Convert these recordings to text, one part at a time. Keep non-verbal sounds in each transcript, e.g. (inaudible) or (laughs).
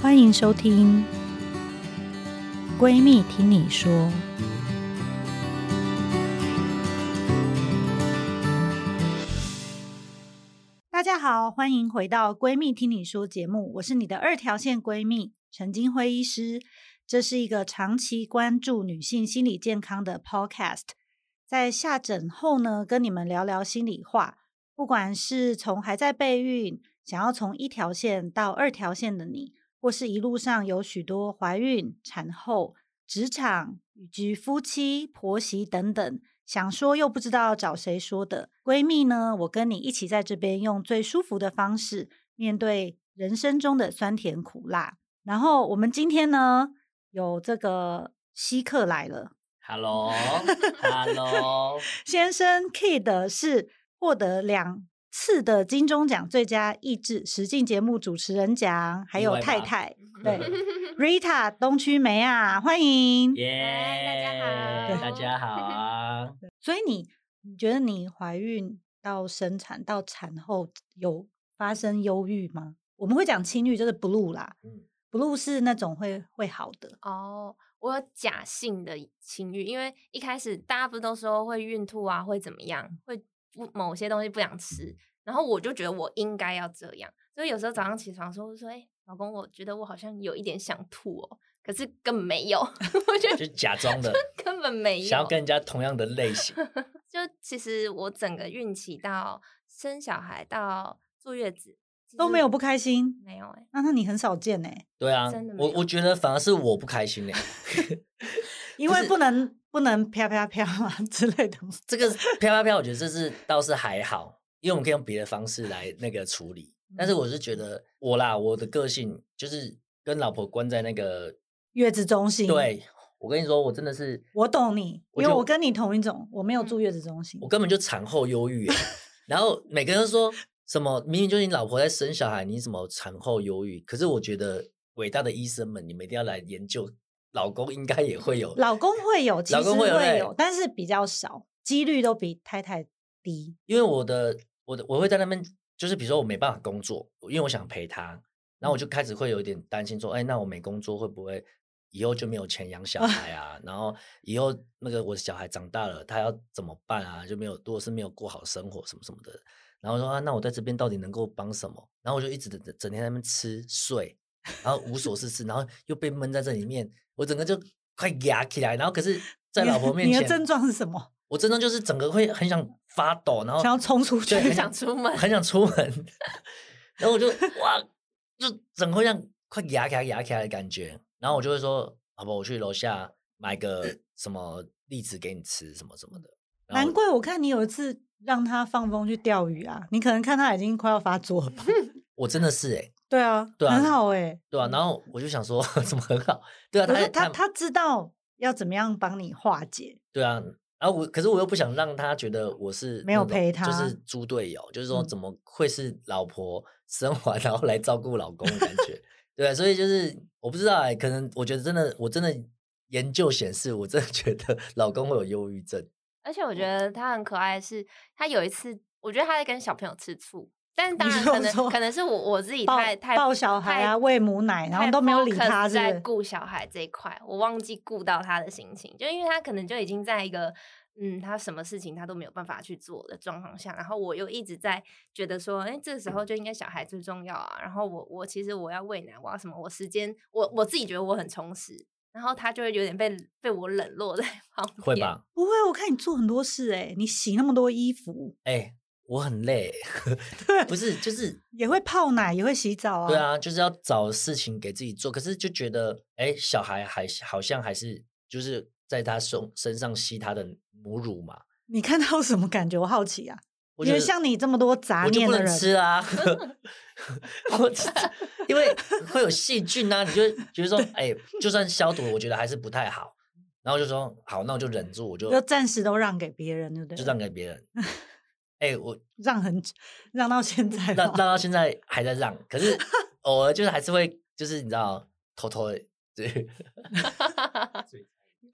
欢迎收听《闺蜜听你说》。大家好，欢迎回到《闺蜜听你说》节目，我是你的二条线闺蜜陈金辉医师。这是一个长期关注女性心理健康的 Podcast。在下诊后呢，跟你们聊聊心里话，不管是从还在备孕，想要从一条线到二条线的你，或是一路上有许多怀孕、产后、职场以及夫妻、婆媳等等，想说又不知道找谁说的闺蜜呢，我跟你一起在这边用最舒服的方式面对人生中的酸甜苦辣。然后我们今天呢，有这个稀客来了， (laughs) Hello，Hello，先生 Kid 是获得两次的金钟奖最佳益智实境节目主持人奖，还意有外太吧 (laughs) 太对嗯 Rita 东区梅啊，欢迎。耶！嗨大大家家好好 (laughs) 啊，所以你你觉得你怀孕到生产到产后有发生忧郁吗？我们会讲轻郁，就是 blue 啦、嗯 b l u e 是那种会会好的，哦，我有假性的情欲，因为一开始大家不都说会孕吐啊，会怎么样，会不某些东西不想吃，然后我就觉得我应该要这样，所以有时候早上起床的时候我就说，哎、老公，我觉得我好像有一点想吐哦，可是根本没 (laughs) 有，我觉就得假装的， (laughs) 根本没有，想要跟人家同样的类型，就其实我整个孕期到生小孩到坐月子其都实嗯没有不开心。没有哎、那那你很少见哎、对啊真的，没我有我觉得反而是我不开 (laughs) 心嘞，因为不能不能飘飘飘啊 (laughs) 之类的吗。这个啪啪啪，我觉得这是倒是还好，因为我们可以用别的方式来那个处理，嗯但是我是觉得我啦，我的个性就是跟老婆关在那个，月子中嗯心，，对我跟你说，我真的是我懂你，我因为就我跟你同一种，我没有住嗯月子中心我，根本就产后忧郁欸。然后每个人都说什么，明明就是你老婆在生小孩，你怎么产后忧郁？可是我觉得伟大的医生们，你们一定要来研究，老公应该也会有，老公会有，其老实公会有会对有，但是比较少，几率都比太太低。因为我的我的我会在那边，就是比如说我没办法工作，因为我想陪他，然嗯后我就开始会有一点担心，说，哎，那我没工作会不会？以后就没有钱养 (laughs) 小孩啊，然后以后那个我小孩长大了，他要怎么办啊？就没有，如果是没有过好生活什么什么的，然后说啊，那我在这边到底能够帮什么？然后我就一直整整天在那边吃睡，然后无所事事，然后又被闷在这里面，我整个就快压起来。然后可是，在你 (laughs) 老的婆面你前，的症状是什么？我真的就是整个会很想发抖，然后想要冲出去对，很想出门很想出门。 (laughs) 然后我就哇，就整个会像快压起来、压起来的感觉。然后我就会说，好吧，我去楼下买个什么栗子给你吃，什么什么的。然后难怪我看你有一次让他放风去钓鱼啊，你可能看他已经快要发作了 (laughs) 吧？我真的是哎、对啊，对啊很好哎、对啊，然后我就想说， (laughs) 怎么很好？对啊，可他是他他知道要怎么样帮你化解，对啊，然后我可是我又不想让他觉得我是没有那种陪就是他猪队友，就是说嗯怎么会是老婆生完然后来照顾老公的感觉？对、啊，所以就是我不知道哎、可能我觉得真的，我真的研究显示，我真的觉得老公会有忧郁症。而且我觉嗯得他很可爱的是，他有一次，我觉得他在跟小朋友吃醋，但是当你然就可能说可能是我我自己抱太太抱小孩啊，太喂母奶，然后太都没有理他 focus 是不是在顾小孩这一块，我忘记顾到他的心情，就因为他可能就已经在一个嗯，他什么事情他都没有办法去做的状况下，然后我又一直在觉得说，哎、这时候就应该小孩最重要啊，然后我我其实我要喂奶，我要什么，我时间我我自己觉得我很充实。然后他就会有点被被我冷落在 (laughs) 旁边，会？吧？不会，我看你做很多事哎、你洗那么多衣服，哎、我很累、 (laughs) 不是，就是也会泡奶，也会洗澡啊。对，啊，就是要找事情给自己做。可是就觉得，哎、小孩还好像还是就是在他身身上吸他的母乳嘛。你看到什么感觉？我好奇啊。我因觉为得像你这么多杂我就念不的能人吃 (laughs) 啊， (laughs) 我吃因为会有细菌啊，你就觉得说，哎、就算消毒，我觉得还是不太好。然后就说好，那我就忍住，我就就暂时都让给别人，对不对？就让给别 (laughs) 人。哎、我让很久让到现在让吗，让到现在还在让，可 (laughs) 是偶尔就是还是会，就是你知道，偷偷的对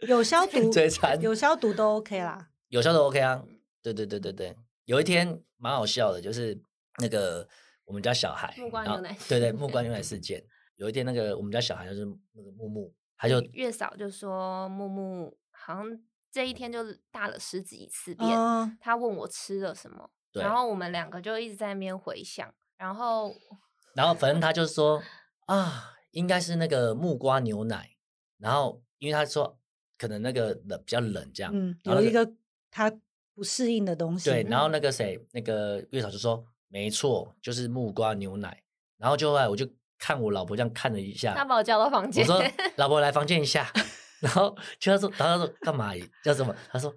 有 (laughs) 消毒嘴馋，有消毒都 OK 啦。有效的 OK 啊。对对对对对，有一天蛮好笑的，就是那个我们家小孩木瓜然牛后奶对对，木瓜牛奶事件。有一天那个我们家小孩就是那个木木，他就月嫂就说木木好像这一天就大了十几次便，嗯，他问我吃了什么，哦对然后我们两个就一直在那边回想，(laughs) 然后然后 (laughs) 反正他就说啊，应该是那个木瓜牛奶。然后因为他说可能那个冷比较冷这样，嗯，然后有那一个他不适应的东西， (laughs) 对，然后嗯那个谁，那个月嫂就说没错，就是木瓜牛奶。然后就后来我就看我老婆这样看了一他下，把我叫到房我间，说老婆来房间一下， (laughs) 然后就他说，然后他说干嘛要什么？他说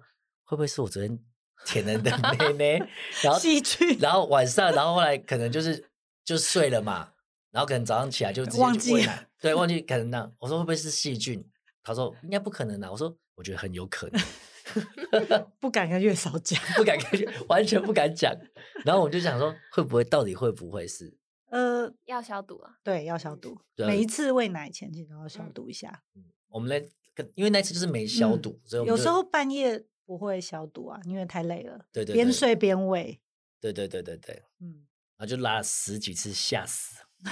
会不会是我昨天舔了你的 (laughs) 妹妹？然后戏剧然后晚上，然后后来可能就是就睡了嘛，然后可能早上起来就直接忘去记喂了奶，(laughs) 对，忘记可能那我说会不会是细菌？他说应该不可能啊，我说我觉得很有可能，不敢跟月嫂 (laughs) 讲，不敢跟，完全不敢讲。然后我就想说会不会到底会不会是？呃，要消毒啊，对，要消毒，对每一次喂奶前其实都要消嗯毒一下，我们那因为那次就是没消嗯毒，所以我们有就时候半夜不会消毒啊，因为太累了，对对边对睡边喂，对对对对对，嗯， (laughs) 然后就拉了十几次，吓死了，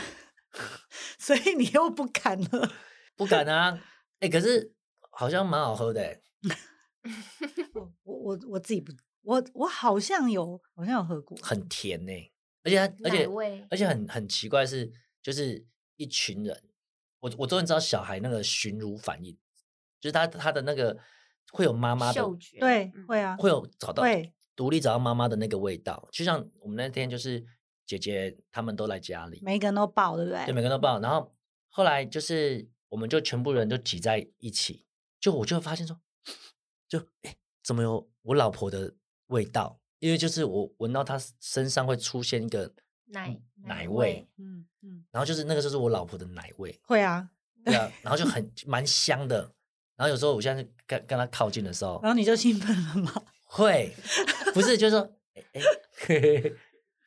所以你又不敢了， (laughs) 不敢啊！哎、可是好像蛮好喝的、欸，我我我我自己不，我我好像有好像有喝过，很甜呢、而且它而且奶味而且很很奇怪是，就是一群人，我我终于知道小孩那个寻乳反应，就是他他的那个会有妈妈的，嗅觉，对，嗯会啊，会有找到会独立找到妈妈的那个味道，就像我们那天就是姐姐他们都来家里，每一个人都爆，对不对？对每个人都抱，然后后来就是我们就全部人都挤在一起，就我就发现说，就哎、诶怎么有我老婆的味道？因为就是我闻到她身上会出现一个奶奶味味，嗯嗯，然后就是那个就是我老婆的奶味，会啊，对啊，然后就很蛮香的。然后有时候我现在跟跟她靠近的时候然，后你就兴奋了嘛， (laughs) 会不是就是说，哎、哎嘿嘿嘿，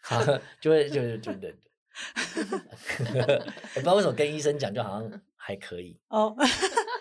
好，就会就就就就， (laughs) 不知道为什么跟医生讲就好像还可以，哦，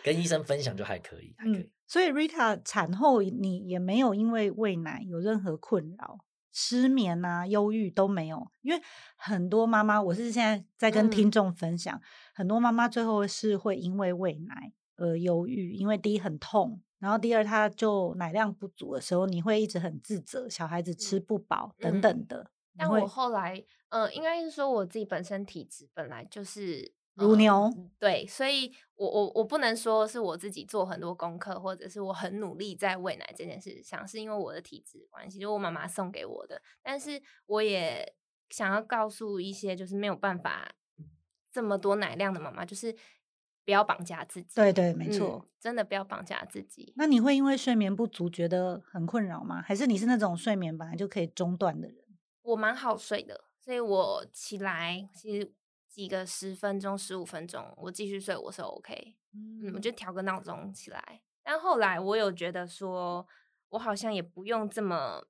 跟医生分享就还可以，还可嗯以。，所以 Rita 产后你也没有因为喂奶有任何困扰，失眠啊、忧郁都没有，因为很多妈妈，我是现在在跟听嗯众分享，很多妈妈最后是会因为喂奶而忧郁，因为第一很痛。然后第二，她就奶量不足的时候，你会一直很自责，小孩子吃不饱等嗯等的，你但会我后来，呃，应该是说我自己本身体质本来就是乳呃牛对，所以我我我不能说是我自己做很多功课，或者是我很努力在喂奶这件事上，是因为我的体质关系，就我妈妈送给我的。但是我也想要告诉一些就是没有办法这么多奶量的妈妈，就是不要绑架自己。对对，没嗯错。真的不要绑架自己。那你会因为睡眠不足觉得很困扰吗？还是你是那种睡眠本来就可以中断的人？我蛮好睡的，所以我起来其实几个十分钟、十五分钟，我继续睡我是 OK。嗯，我就调个闹钟起来。但后来我有觉得说，我好像也不用这么，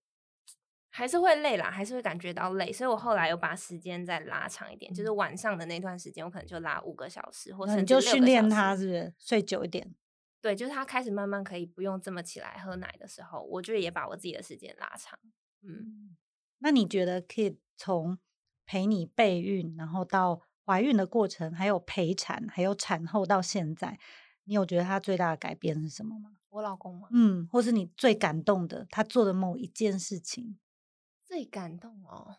还是会累啦，还是会感觉到累，所以我后来有把时间再拉长一点，就是晚上的那段时间，我可能就拉五个小时，或那甚你至就6个训练小他，时是不是？睡久一点，对，就是他开始慢慢可以不用这么起来喝奶的时候，我就也把我自己的时间拉长。嗯，那你觉得可以从陪你备孕，然后到怀孕的过程，还有陪产，还有产后到现在，你有觉得他最大的改变是什么吗？我老公嘛，嗯，或是你最感动的他做的某一件事情？最感动哦，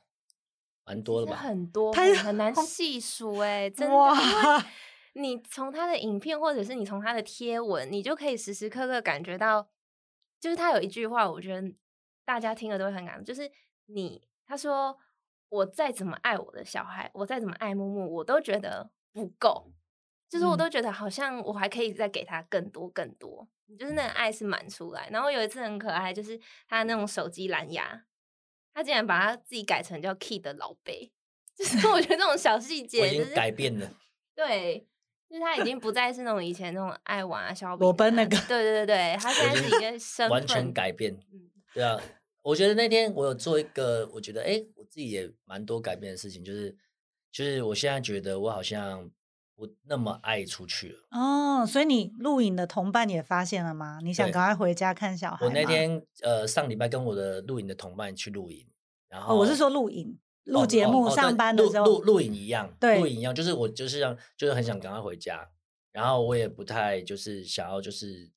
蛮多的其实吧？很多他很是很难细数哎、真的。因为哇，你从他的影片或者是你从他的贴文，你就可以时时刻刻感觉到，就是他有一句话，我觉得大家听了都会很感动，就是你他说我再怎么爱我的小孩，我再怎么爱木木，我都觉得不够，就是我嗯都觉得好像我还可以再给他更多更多，就是那个嗯爱是满出来。然后有一次很可爱，就是他那种手机蓝牙，他竟然把他自己改成叫 Key 的老贝。 (laughs) 就是我觉得这种 (laughs) 小细节，我已就经是改变了，对，就是他已经不再是那种以前那种爱玩啊、 (laughs) 小裸奔那个对对对 (laughs) 对，他现在是一个身份完全改变嗯。对啊，我觉得那天我有做一个，我觉得哎、诶我自己也蛮多改变的事情，就是就是我现在觉得我好像不那么爱出去了。哦，所以你录影的同伴也发现了吗？你想对赶快回家看小孩我那吗天呃上礼拜跟我的露营的同伴去露营，然后、哦哦，我是说录影，录哦节哦目、哦对上班的录时候，录录影一样，对录影一样，就是我就是让就是很想赶快回家，然后我也不太就是想要就是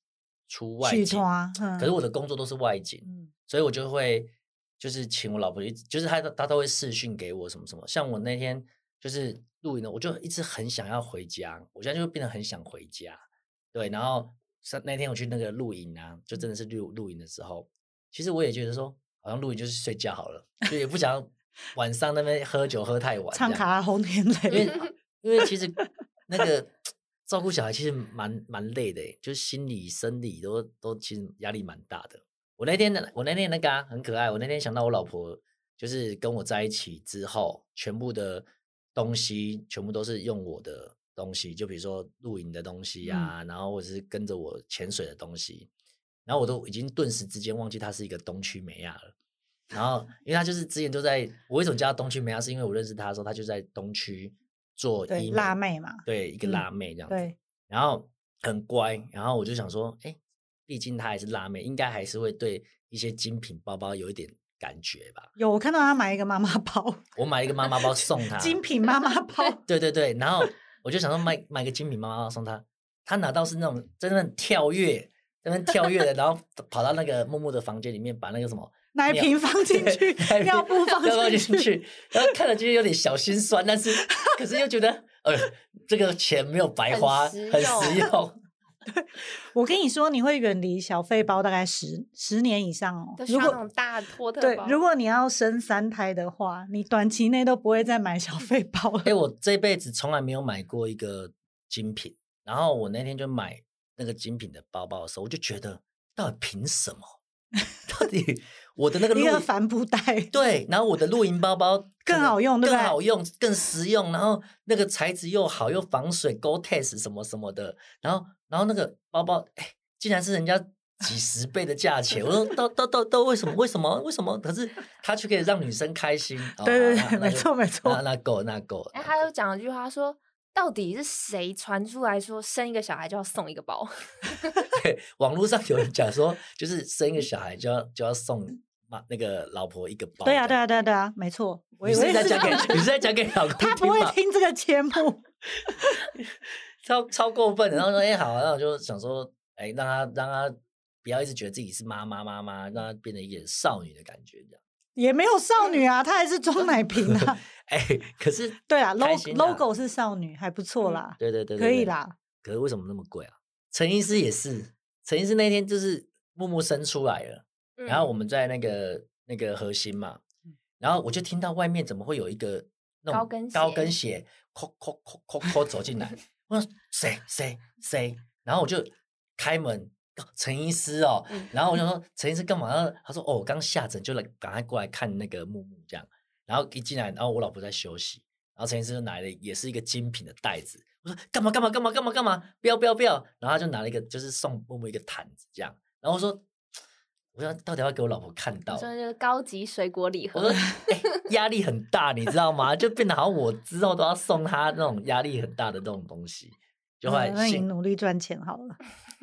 出外去景，抓，可是我的工作都是外景，嗯所以我就会就是请我老婆一直，就是她她都会视讯给我什么什么。像我那天就是录影的，我就一直很想要回家，我现在就变得很想回家。对，然后上那天我去那个露营啊，就真的是露露营的时候，其实我也觉得说，好像露营就是睡觉好了，就也不想要晚上那边喝酒喝太晚，唱卡拉 (laughs) 轰天因为雷，因为其实那个照顾小孩其实蛮蛮累的欸，就是心理、生理都都其实压力蛮大的。我那天的我那天那个、啊、很可爱，我那天想到我老婆就是跟我在一起之后，全部的东西全部都是用我的东西，就比如说露营的东西呀、啊，然后或者是跟着我潜水的东西，然后我都已经顿时之间忘记她是一个东区美亚了。然后，因为她就是之前就在，我为什么叫她东区美亚，是因为我认识她的时候，她就在东区做对医辣妹嘛，对，一个嗯辣妹这样子。对，然后很乖，然后我就想说，哎，毕竟她还是辣妹，应该还是会对一些精品包包有一点感觉吧。有我看到他买一个妈妈包，我买一个妈妈 (laughs) 包送她，精品妈妈 (laughs) 包，对对对，然后我就想说买买个精品妈妈包送她，她拿到是那种真的跳跃。在那边跳跃的，然后跑到那个木木的房间里面，把那个什么奶尿瓶放进 (laughs) 对去奶，瓶尿布放哦尿布进进去，去， (laughs) 然后看了就是有点小心酸，但是可是又觉得，呃，这个钱没有白很花，实很用实用。 (laughs) 我跟你说，你会远离小费包大概十十年以上哦都。需如要那果种大托特对包，，如果你要生三胎的话，你短期内都不会再买小费包了 (laughs) 哎、。我这辈子从来没有买过一个精品，然后我那天就买那个精品的包包的时候，我就觉得到底凭什么？ (laughs) 到底我的那个一露个营帆布袋，对，然后我的露营包包 (laughs) 更可能好用对不更对好用，更实用，然后那个材质又好，又防水，GoTex 什么什么的，然后然后那个包包，哎，竟然是人家。几十倍的价钱， (laughs) 我说到到到到，为什么为什么为什么？可是它却可以让女生开心。(laughs) 哦对对好对，那没那就错没那错，那够，那够。哎，那他够又讲了一句话，他说。到底是谁传出来说生一个小孩就要送一个包？ (laughs) (laughs) 对，网络上有人讲说，就是生一个小孩就要就要送妈那个老婆一个包。对啊对啊，啊对啊对啊，没错。我你以是为在是 (laughs) 讲给你是在讲给老公他听不会吧？听这个节目，超超过分的，然后说哎、好、啊，然后我就想说哎、让他让他不要一直觉得自己是妈妈妈妈，让他变得一点少女的感觉这样。也没有少女 (laughs) 啊，她还是装奶瓶啊。 (laughs) 哎、可是 (laughs) 对啊开心，logo 啊 logo 是少女，还不错啦，对对对对可以对啦。可是为什么那么贵啊？陈医师也是，陈医师那天就是默默生出来了。然嗯后我们在那个那个核心嘛，然后我就听到外面怎么会有一个那种高跟高鞋跟鞋，扣扣扣扣扣走进 (laughs) 来，我说谁谁谁，然后我就开门。哦陈医师哦嗯，然后我就说陈医师干嘛？然后他说哦，我刚下诊，就来赶快过来看那个木木这样。然后一进来，然后我老婆在休息，然后陈医师就拿了也是一个精品的袋子，我说干嘛干嘛干嘛干嘛干嘛，不要不要不要，然后他就拿了一个就是送默默一个毯子这样，然后我说，我说到底要不要给我老婆看我到，说就是高级水果礼我 (laughs) 盒说，哎压、力很大，你知道吗？就变得好像我之后都要送她那种压力很大的那种东西，就后嗯那来你幸努力赚钱好了。 (laughs)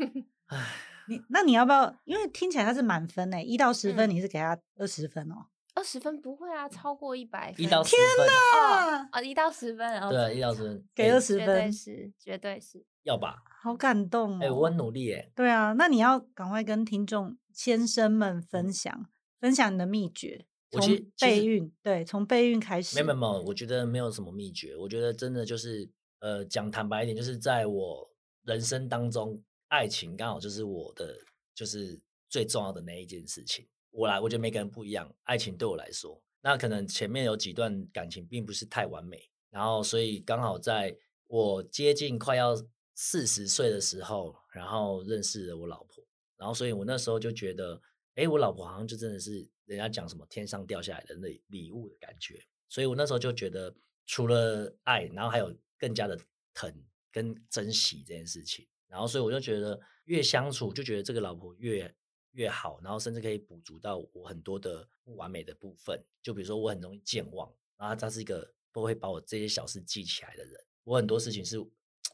唉你那你要不要？因为听起来他是满分诶，一到十分嗯你是给他二十分哦。二十分不会啊，超过一百分。一到十分，啊，啊，一到十分哦，对，一到十分，给哎二十绝对分，是，绝对是。要吧？好感动哎、哦。我很努力哎、对啊，那你要赶快跟听众先生们分享分享你的秘诀，嗯我从其实其实备孕对，从备孕开始。没有没有没有，我觉得没有什么秘诀，我觉得真的就是呃，讲坦白一点，就是在我人生当中，爱情刚好就是我的就是最重要的那一件事情。我来，我觉得每个人不一样，爱情对我来说，那可能前面有几段感情并不是太完美，然后所以刚好在我接近快要四十岁的时候，然后认识了我老婆，然后所以我那时候就觉得，哎，我老婆好像就真的是人家讲什么天上掉下来的那礼物的感觉，所以我那时候就觉得，除了爱，然后还有更加的疼跟珍惜这件事情，然后所以我就觉得越相处就觉得这个老婆越越好，然后甚至可以补足到我很多的不完美的部分，就比如说我很容易健忘，然后她是一个不会把我这些小事记起来的人，我很多事情是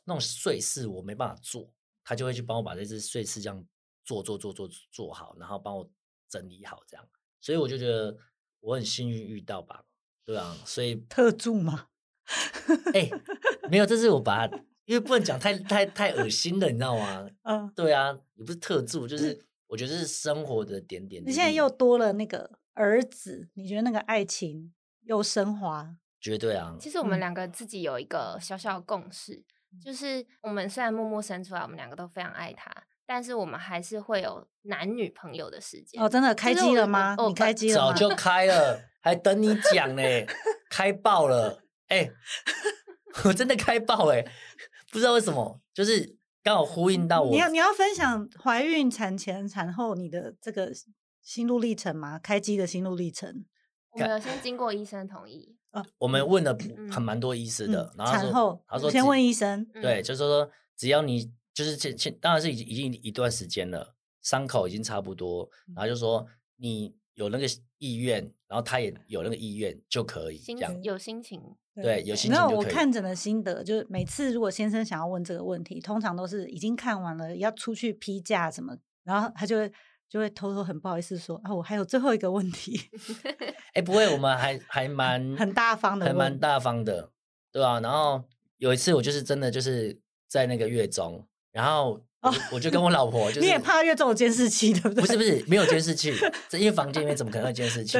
那种碎事我没办法做，他就会去帮我把这些碎事这样做做做做做好，然后帮我整理好这样。所以我就觉得我很幸运遇到吧，对啊，所以特助嘛，哎、没有，这是我把它，因为不能讲太太太恶心了，你知道吗？嗯，对啊，也不是特助，就是我觉得是生活的点点滴滴。你现在又多了那个儿子，你觉得那个爱情又升华？绝对啊，其实我们嗯两个自己有一个小小的共识，嗯就是我们虽然默默生出来，我们两个都非常爱他，但是我们还是会有男女朋友的时间。哦，真的开其实机我了我吗？我你开机了哦早吗？ (laughs) 就开了，还等你讲呢，开爆了，哎、 (laughs) 我真的开爆哎、不知道为什么，就是刚好呼应到我你要你要分享怀孕、产前、产后你的这个心路历程吗？开机的心路历程，我们有先经过医生同意，我们问了嗯很蛮多医师的，嗯然后他产说后他说先只问医生，嗯对，就是说只要你就是前前当然是已经已经一段时间了，伤口已经差不多，然后嗯就说你有那个意愿，然后他也有那个意愿就可以这心样。有心情，对有心没有，情就我可以看诊的心得就是，每次如果先生想要问这个问题，通常都是已经看完了，要出去批假什么，然后他就会就会偷偷很不好意思说啊，我还有最后一个问 (laughs) 题，哎，不会，我们还还蛮很大方的嗯还蛮问大方的，对吧、然后有一次我就是真的就是在那个月中，然后我就,、我就跟我老婆就 (laughs) 是你也怕越这种监视器，对不对？不是不是，没有监视器，这因为房间里面怎么可能有监视器？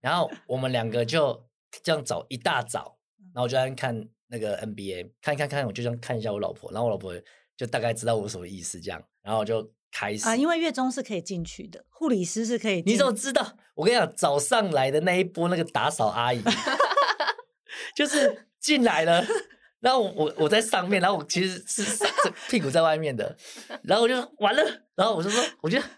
然后我们两个就这样找一大早，然后我就在那边看那个 NBA，看看看，我就这样看一下我老婆，然后我老婆就大概知道我什么意思，这样，然后我就开始。啊，因为月中是可以进去的，护理师是可以进。你怎么知道？我跟你讲，早上来的那一波那个打扫阿姨，就是进来了。然后我我在上面，然后我其实是是屁股在外面的，然后我就说完了，然后我就说，我就 (laughs) 然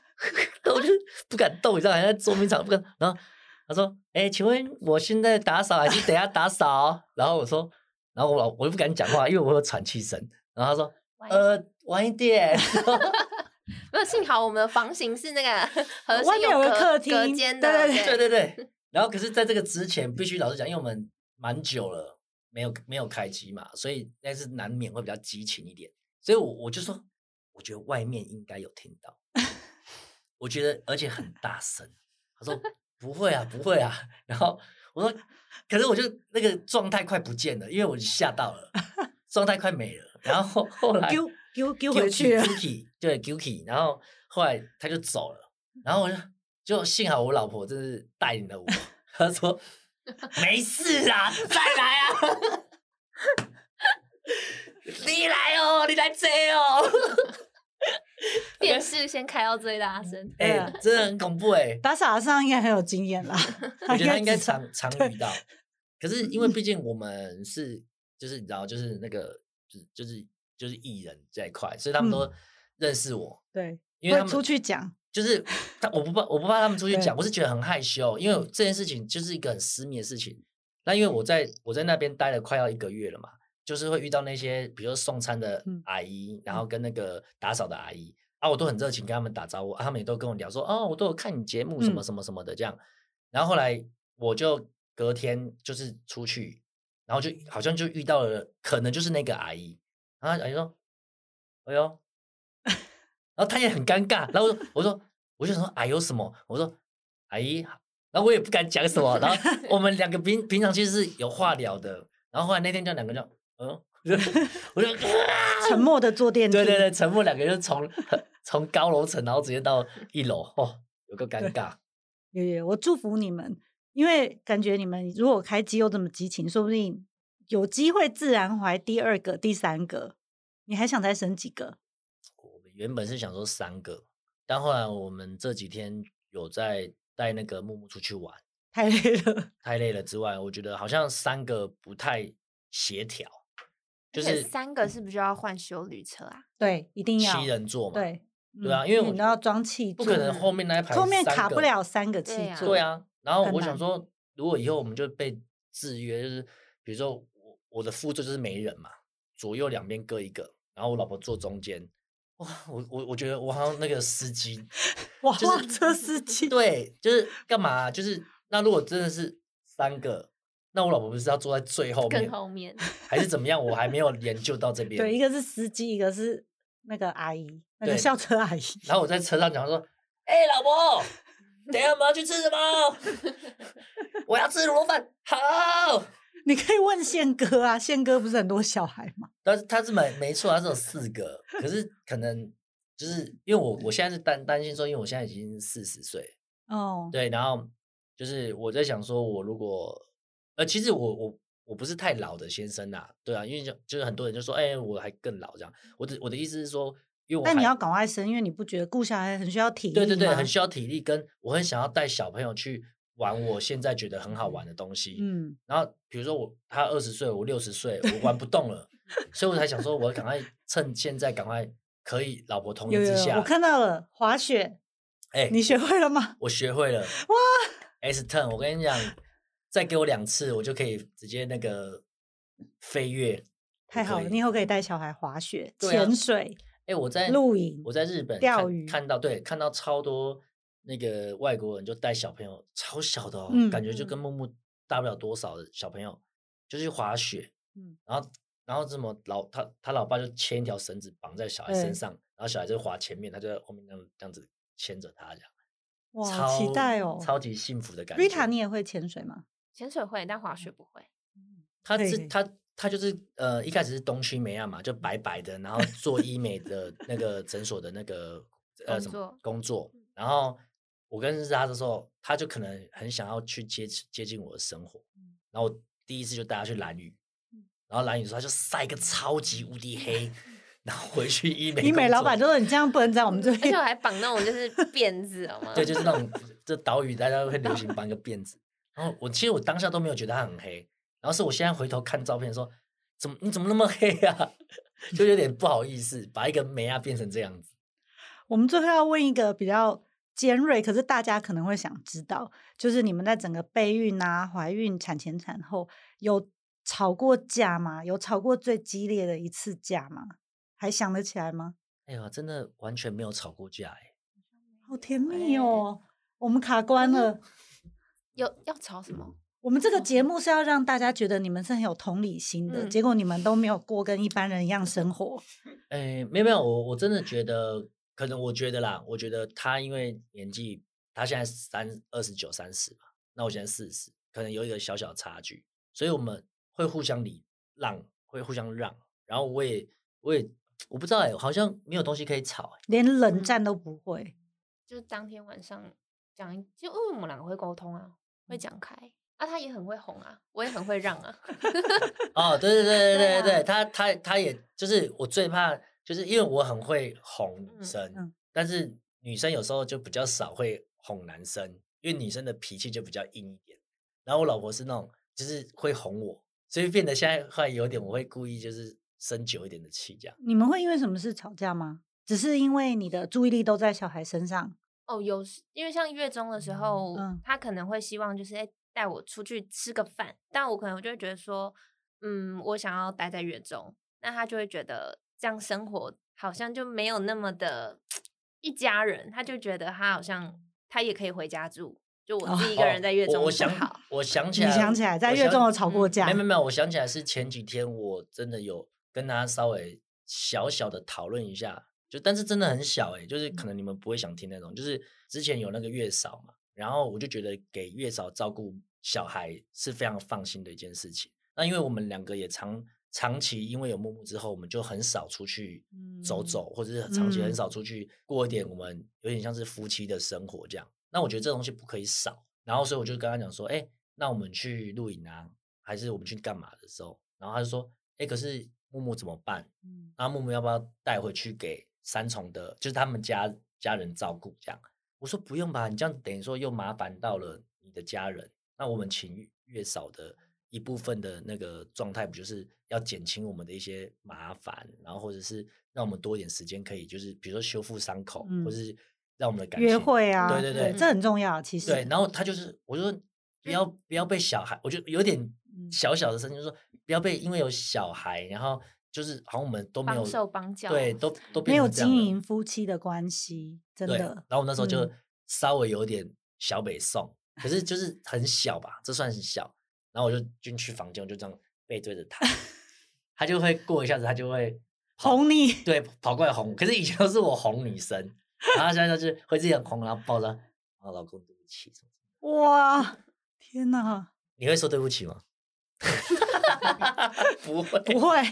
后我就不敢动，你知道，还在捉迷藏，不敢。然后他说：“哎、请问我现在打扫还是等一下打扫？” (laughs) 然后我说，然后我老我就不敢讲话，因为我有喘气声。然后他说：“万一呃，晚一点。 (laughs) 没有，幸好我们的房型是那个 (laughs) 核呃外心面有个隔客隔厅间对的，对对对对。 (laughs) 然后可是在这个之前，必须老实讲，因为我们蛮久了没有没有开机嘛，所以但是难免会比较激情一点。所以我我就说，我觉得外面应该有听 (laughs) 到，我觉得而且很大声。他说不会啊，不会啊。然后我说，可是我就那个状态快不见了，因为我吓到了，状态快没了。然后后来丢丢丢回去啊了 g u i l y 对 g u i l y 然后后来他就走了，然后我就嗯就幸好我老婆真是带领了我， (laughs) 她说 (laughs) 没事啦，再来啊， (laughs) 你来哦，你来追哦，电视先开到最大声。哎、对啊真的很恐怖 (laughs) 哎、打扫阿上应该很有经 (laughs) 验啦，我觉得他应该知道嗯常 (laughs) 常遇到，可是因为毕竟我们是就是你知道就是那个就是就是就是艺人这一块，所以他们都认识我。对，因为嗯会他们出去讲，就是他，我不怕，我不怕他们出去对讲，我是觉得很害羞，因为这件事情就是一个很私密的事情。那因为我在我在那边待了快要一个月了嘛，就是会遇到那些，比如说送餐的嗯阿姨，然后跟那个打扫的阿姨啊，我都很热情跟他们打招呼，啊、他们也都跟我聊说，哦，我都有看你节目什么嗯什么什么的这样。然后后来我就隔天就是出去，然后就好像就遇到了，可能就是那个阿姨，然后阿姨说，哎呦，然后他也很尴尬，然后我说我说我就想说哎有什么？我说阿姨，然后我也不敢讲什么， (laughs) 然后我们两个平平常其实是有话聊的，然后后来那天就两个就嗯， (laughs) 我就 (laughs) 啊沉默的坐电梯，对对对，沉默两个就从从高楼层然后直接到一楼，哦，有个尴尬，有有，我祝福你们，因为感觉你们如果开机又这么激情，说不定有机会自然怀第二个、第三个。你还想再生几个？我们原本是想说三个，但后来我们这几天有在带那个木木出去玩，太累 (laughs) 了，太累了之外，我觉得好像三个不太协调，就而且是三个是不是就要换修旅车啊？对，一定要七人座嘛，，对对啊嗯因为我你觉都要得装气不柱可能后面那一排后面三卡不个了三个气对啊座，对啊，然后很我想难说，如果以后我们就被制约，就是比如说我我的副座就是没人嘛，左右两边各一个，然后我老婆坐中间。哇，我我我觉得我好像那个司 (laughs) 机，哇，就是哇车司机，对，就是干嘛、就是那如果真的是三个，那我老婆不是要坐在最后更面，后面，还是怎么样？我还没有研究到这 (laughs) 边。对，一个是司机，一个是那个阿姨，那个对校车阿姨，然后我在车上讲说：“哎、老婆，等一下我们要去吃什么？我要吃卤肉饭。好，你可以问宪哥啊，宪哥不是很多小孩吗？但是他是没没错，他是有四个，可是可能就是因为我我现在是担担心说，因为我现在已经四十岁，哦，对，然后就是我在想说，我如果呃，其实我我我不是太老的先生啦，对啊，因为就就是很多人就说，哎、我还更老这样。我的我的意思是说，因为我但你还要赶快生，因为你不觉得顾小孩很需要体力对对对，吗很需要体力，跟我很想要带小朋友去玩我现在觉得很好玩的东西。嗯，然后比如说我他二十岁，我六十岁，我玩不动了，所以我才想说，我赶快趁现在赶快可以老婆同意有有之有，下我，看到了滑雪，哎、你学会了吗？我学会了哇！S turn，我跟你讲，再给我两次，我就可以直接那个飞跃。太好了，你以哎、后可以带小孩滑雪、对啊潜水。诶我在露营我在日本钓看鱼看到对，看到超多那个外国人就带小朋友，超小的哦，嗯感觉就嗯跟木木大不了多少的小朋友，就去滑雪，嗯然后然后这么老他他老爸就牵一条绳子绑在小孩对身上，然后小孩就滑前面，他就在后面这样这样子牵着他这样。哇，好超期待哦！超级幸福的感觉。 Rita，你也会潜水吗？潜水会，但滑雪不会。哦他可以是可以他他就是呃一开始是东区美亚嘛，就白白的，然后做医美的那个诊所的那个呃工什么作嗯工作，然后我跟认识他的时候，他就可能很想要去接接近我的生活，嗯然后我第一次就带他去蓝屿，然后蓝屿的时候他就晒个超级无敌黑，嗯然后回去医美医美工老作板就说你这样不能在我 (laughs) 们这而且我边。还绑那种就是辫子，好吗？对，就是那种这岛屿大家会流行绑一个辫子。然后我其实我当下都没有觉得他很黑，然后是我现在回头看照片说，怎么你怎么那么黑啊？ (laughs) 就有点不好意思，把一个美亚变成这样子。我们最后要问一个比较尖锐，可是大家可能会想知道，就是你们在整个备孕啊、怀孕、产前、产后有吵过架吗？有吵过最激烈的一次架吗？还想得起来吗？哎呀，真的完全没有吵过架哎、好甜哎蜜哦！我们卡关是了。有要吵什么？我们这个节目是要让大家觉得你们是很有同理心的，嗯结果你们都没有过跟一般人一样生活。哎，没有没有，我我真的觉得，可能我觉得啦，我觉得他因为年纪，他现在三二十九三十嘛，那我现在四十，可能有一个小小的差距，所以我们会互相礼让，会互相让，然后我也我也我不知道哎、好像没有东西可以吵、欸，连冷嗯战都不会。就是当天晚上讲一，就因嗯为我们两个会沟通啊，会讲开啊，他也很会哄啊，我也很会让啊，哦，对对对对对对对，啊他他他也就是我最怕，就是因为我很会哄女嗯生，嗯但是女生有时候就比较少会哄男生，因为女生的脾气就比较硬一点。然后我老婆是那种就是会哄我，所以变得现在后来有点我会故意就是生久一点的气这样。你们会因为什么事吵架吗？只是因为你的注意力都在小孩身上，哦，有时，因为像月中的时候，嗯他可能会希望就是哎带我出去吃个饭，但我可能就会觉得说，嗯，我想要待在月中，那他就会觉得这样生活好像就没有那么的一家人，他就觉得他好像他也可以回家住，就我自己一个哦人在月我中不好。我想我想起你来，想起来在我月想中有吵过嗯架没？没没有，我想起来是前几天我真的有跟他稍微小小的讨论一下，就但是真的很小哎、就是可能你们不会想听那种，就是之前有那个月嫂嘛，然后我就觉得给月嫂照顾小孩是非常放心的一件事情。那因为我们两个也长长期因为有木木之后，我们就很少出去走嗯走，或者是长期很嗯少出去过一点我们有点像是夫妻的生活这样。那我觉得这东西不可以少，然后所以我就跟他讲说，哎、那我们去露营啊，还是我们去干嘛的时候，然后他就说，哎、可是木木怎么办？嗯那木木要不要带回去给三重的，就是他们家家人照顾这样？我说不用吧，你这样等于说又麻烦到了你的家人。那我们请月嫂的一部分的那个状态，不就是要减轻我们的一些麻烦，然后或者是让我们多一点时间可以，就是比如说修复伤口，嗯或是让我们的感情约会啊，对对对，这很重要。其实，对，然后他就是我就说不要不要被小孩，我就有点哎嗯小小的声音，就说不要被因为有小孩，然后就是好像我们都没帮有手帮脚对，都都没变有成这样经了营夫妻的关系，真对的。然后我那时候就嗯稍微有点小北宋，可是就是 (laughs) 很小吧，这算是小。然后我就进去房间，我就这样背对着 (laughs) 他，他就会过一下子，他就会跑哄你，对，跑过来哄我。可是以前都是我哄女生，然后现在就是会自己很哄，然后抱着啊，老公，对不起，什么什么哇，天 (laughs) 哪，你会说对不起吗？ (laughs) 不 (laughs) 会，不会，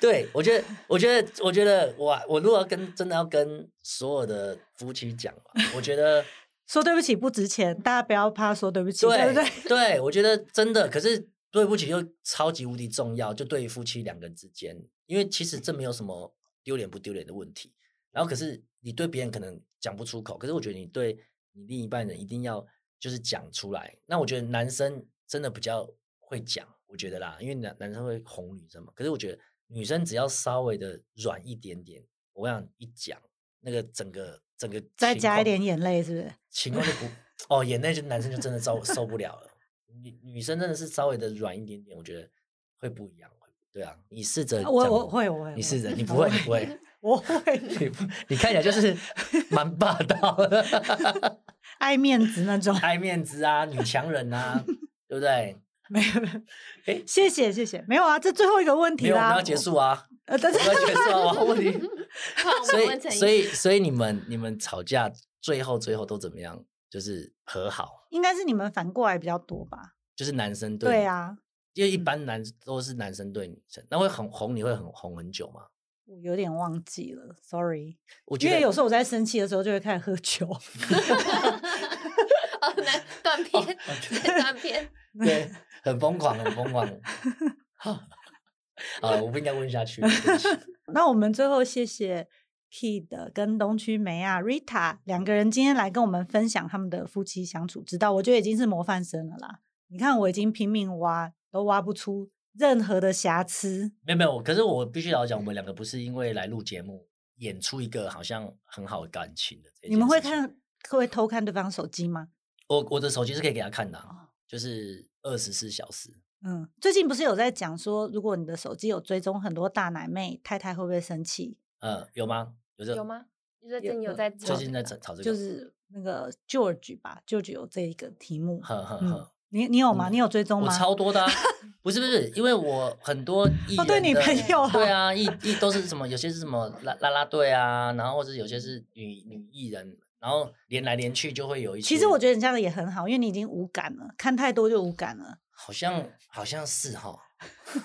对，我觉得，我觉得，我觉得，我我如果要跟真的要跟所有的夫妻讲嘛，我觉得说对不起不值钱，大家不要怕说对不起，对对不对？(laughs) 对我觉得真的，可是对不起又超级无敌重要，就对于夫妻两个人之间，因为其实这没有什么丢脸不丢脸的问题。然后可是你对别人可能讲不出口，可是我觉得你对你另一半人一定要就是讲出来。那我觉得男生真的比较会讲，我觉得啦，因为男男生会哄女生嘛。可是我觉得女生只要稍微的软一点点，我想一讲，那个整个整个再情加一况点眼泪，是不是？情况就不哦，眼泪就男生就真的受受不了了。女女生真的是稍微的软一点点，我觉得会不一样。会对啊，你试着啊我讲我会我会你我试着，你不我会，你不会， (laughs) (laughs) 我会你不你看起来就是蛮霸道 (laughs) 的， (laughs) 爱面子那种，爱面子啊，女强人啊，对不对？没有没有，诶谢谢谢谢，没有啊，这最后一个问哎没题有，我啦，们要结束啊，呃，但我是们要结束啊，我要 (laughs) 问你。 (laughs) 好，我所们问以陈所怡以所以你们你们吵架最后最后都怎么样？就是和好，应该是你们反过来比较多吧？就是男生对对女啊，因为一嗯般男都是男生对女生，那会很红，你会很红很久吗？我有点忘记了，sorry，我觉因得为有时候我在生气的时候就会开始喝酒， (laughs) 哦，那断哦片， (laughs) 断片，对很疯狂，很疯 (laughs) 狂。啊，我不应该问下去，对不起那我们最后谢谢 Kid 跟东区梅啊 Rita 两个人今天来跟我们分享他们的夫妻相处之道，我觉得已经是模范生了啦。你看我已经拼命挖，都挖不出任何的瑕疵。没有没有，可是我必须老实讲，我们两个不是因为来录节目演出一个好像很好的感情的。你们会？看会偷看对方手机吗？我我的手机是可以给他看的哦啊、就是二十四小时。嗯，最近不是有在讲说，如果你的手机有追踪很多大奶妹，太太会不会生气？呃，有吗？有这有？吗？就是有真有有在最做近这在个吵吵这个，就是那个 George 吧，George 有这一个题目。呵呵嗯呵，你你有吗？嗯你有追踪我吗？超多 (laughs) 的、啊，不是不是，因为我很多艺哦对人女的朋友啊对啊，艺艺都是什么，有些是什么啦啦啦队啊，然后或者有些是女女艺人，然后连来连去就会有一些。其实我觉得你这样也很好，因为你已经无感了，看太多就无感了。好像好像是哈， (laughs)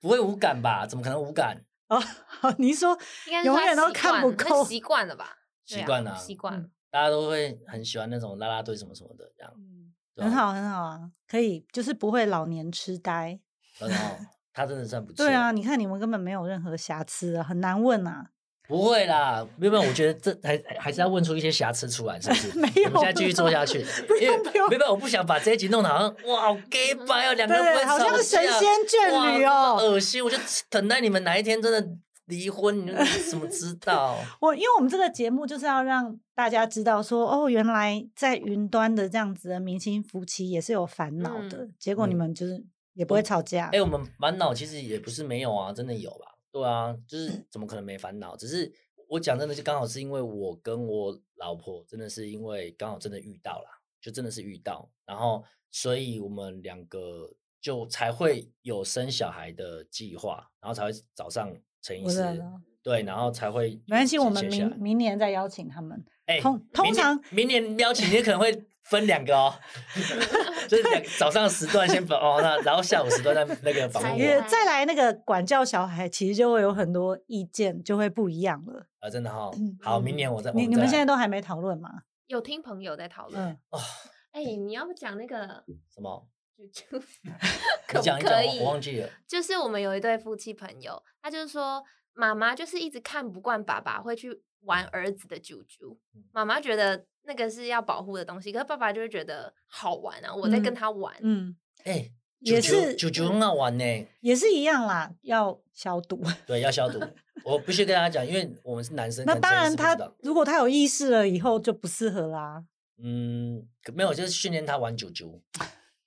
不会无感吧？怎么可能无感？哦，好，你说应该是永他远都习看惯不了他够习惯了吧？对习惯啊了，习惯嗯了。大家都会很喜欢那种啦啦队什么什么的这样。嗯对很啊，好，很好啊，可以，就是不会老年痴呆。然后他真的算不错。对啊，，你看你们根本没有任何瑕疵啊，很难问啊。不会啦，没有没有，我觉得这还还是要问出一些瑕疵出来，是不 (laughs) 是？没我们现在继续做下去，因 (laughs) 为不用没有，我不想把这一集弄得好像哇好 gay 白哦，两个人对分手好像了神这样仙眷侣哦啊哇恶心！我就等待你们哪一天真的离婚，你们怎么知道？我因为我们这个节目就是要让大家知道说，哦，原来在云端的这样子的明星夫妻也是有烦恼的，结果你嗯们就是也不会吵架。哎、我们烦恼其实也不是没有啊，真的有吧？对啊，就是怎么可能没烦恼？只是我讲真的，就刚好是因为我跟我老婆真的是因为刚好真的遇到啦，就真的是遇到，然后所以我们两个就才会有生小孩的计划，然后才会找上陈医我知师道，知道对，然后才会没关系，写我们写下来明明年再邀请他们。哎通明通年常明年邀请你可能会分两 (laughs) 个哦，就是两早上时段先访哦，那然后下午时段再那个 (laughs) 访问才我因约为再来那个管教小孩，其实就会有很多意见，就会不一样了。啊，真的哈、好，明嗯年我再。你我你们再现在来都还没讨论吗？有听朋友在讨论嗯，，哎，你要不讲那个 (laughs) 什么？就就你 (laughs) 可讲不一可讲，我以我？忘记了。就是我们有一对夫妻朋友，他就是说妈妈就是一直看不惯爸爸会去玩儿子的啾啾嗯，妈妈觉得那个是要保护的东西，可是爸爸就会觉得好玩啊，我在跟嗯他玩，嗯，哎，也九九是嗯九九很好玩呢。也是一样啦，要消毒。 (laughs) 对，(laughs) 要消毒。我必须跟大家讲，因为我们是男生，那可能当真的然是不他知道，如果他有意识了，以后就不适合啦。嗯，可没有，就是训练他玩九九，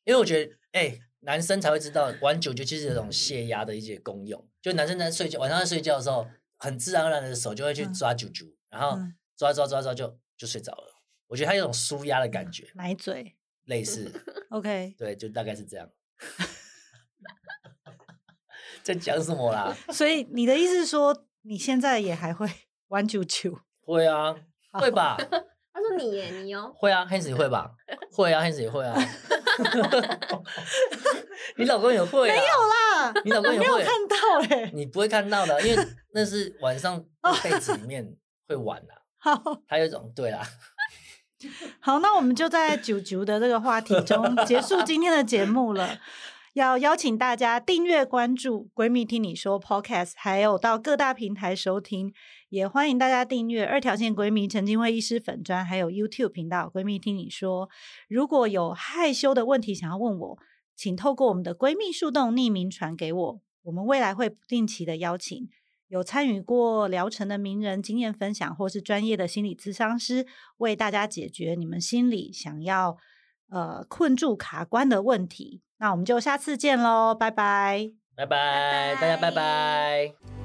因为我觉得，哎，男生才会知道玩九九其实有种泄压的一些功用。就男生在睡觉，晚上在睡觉的时候，很自然而然的手就会去嗯抓九九，然后嗯抓抓抓抓就就睡着了。我觉得他有种舒压的感觉，奶嘴 (laughs) 类似。 ，OK，对，就大概是这样。 (laughs) 在讲什么啦？所以你的意 (laughs) (laughs) 思是说，你现在也还会玩九九？会啊，会吧？他说你耶，你哦，会啊，Hans 也会吧？会啊，Hans 也会啊。你老公也会、啊？没有啦，啊，你老我公也没有会？看到哎、你不会看到的，因为那是晚上被子里面会玩啊。好还有一种对啦，好，那我们就在九九的这个话题中结束今天的节目了。要邀请大家订阅、关注《闺蜜听你说》Podcast，还有到各大平台收听，也欢迎大家订阅二条线闺蜜陈金慧医师粉专，还有 YouTube 频道《闺蜜听你说》。如果有害羞的问题想要问我，请透过我们的闺蜜树洞匿名传给我，我们未来会不定期的邀请有参与过疗程的名人经验分享，或是专业的心理咨商师，为大家解决你们心里想要呃困住卡关的问题。那我们就下次见喽，拜拜。拜拜，大家拜拜拜。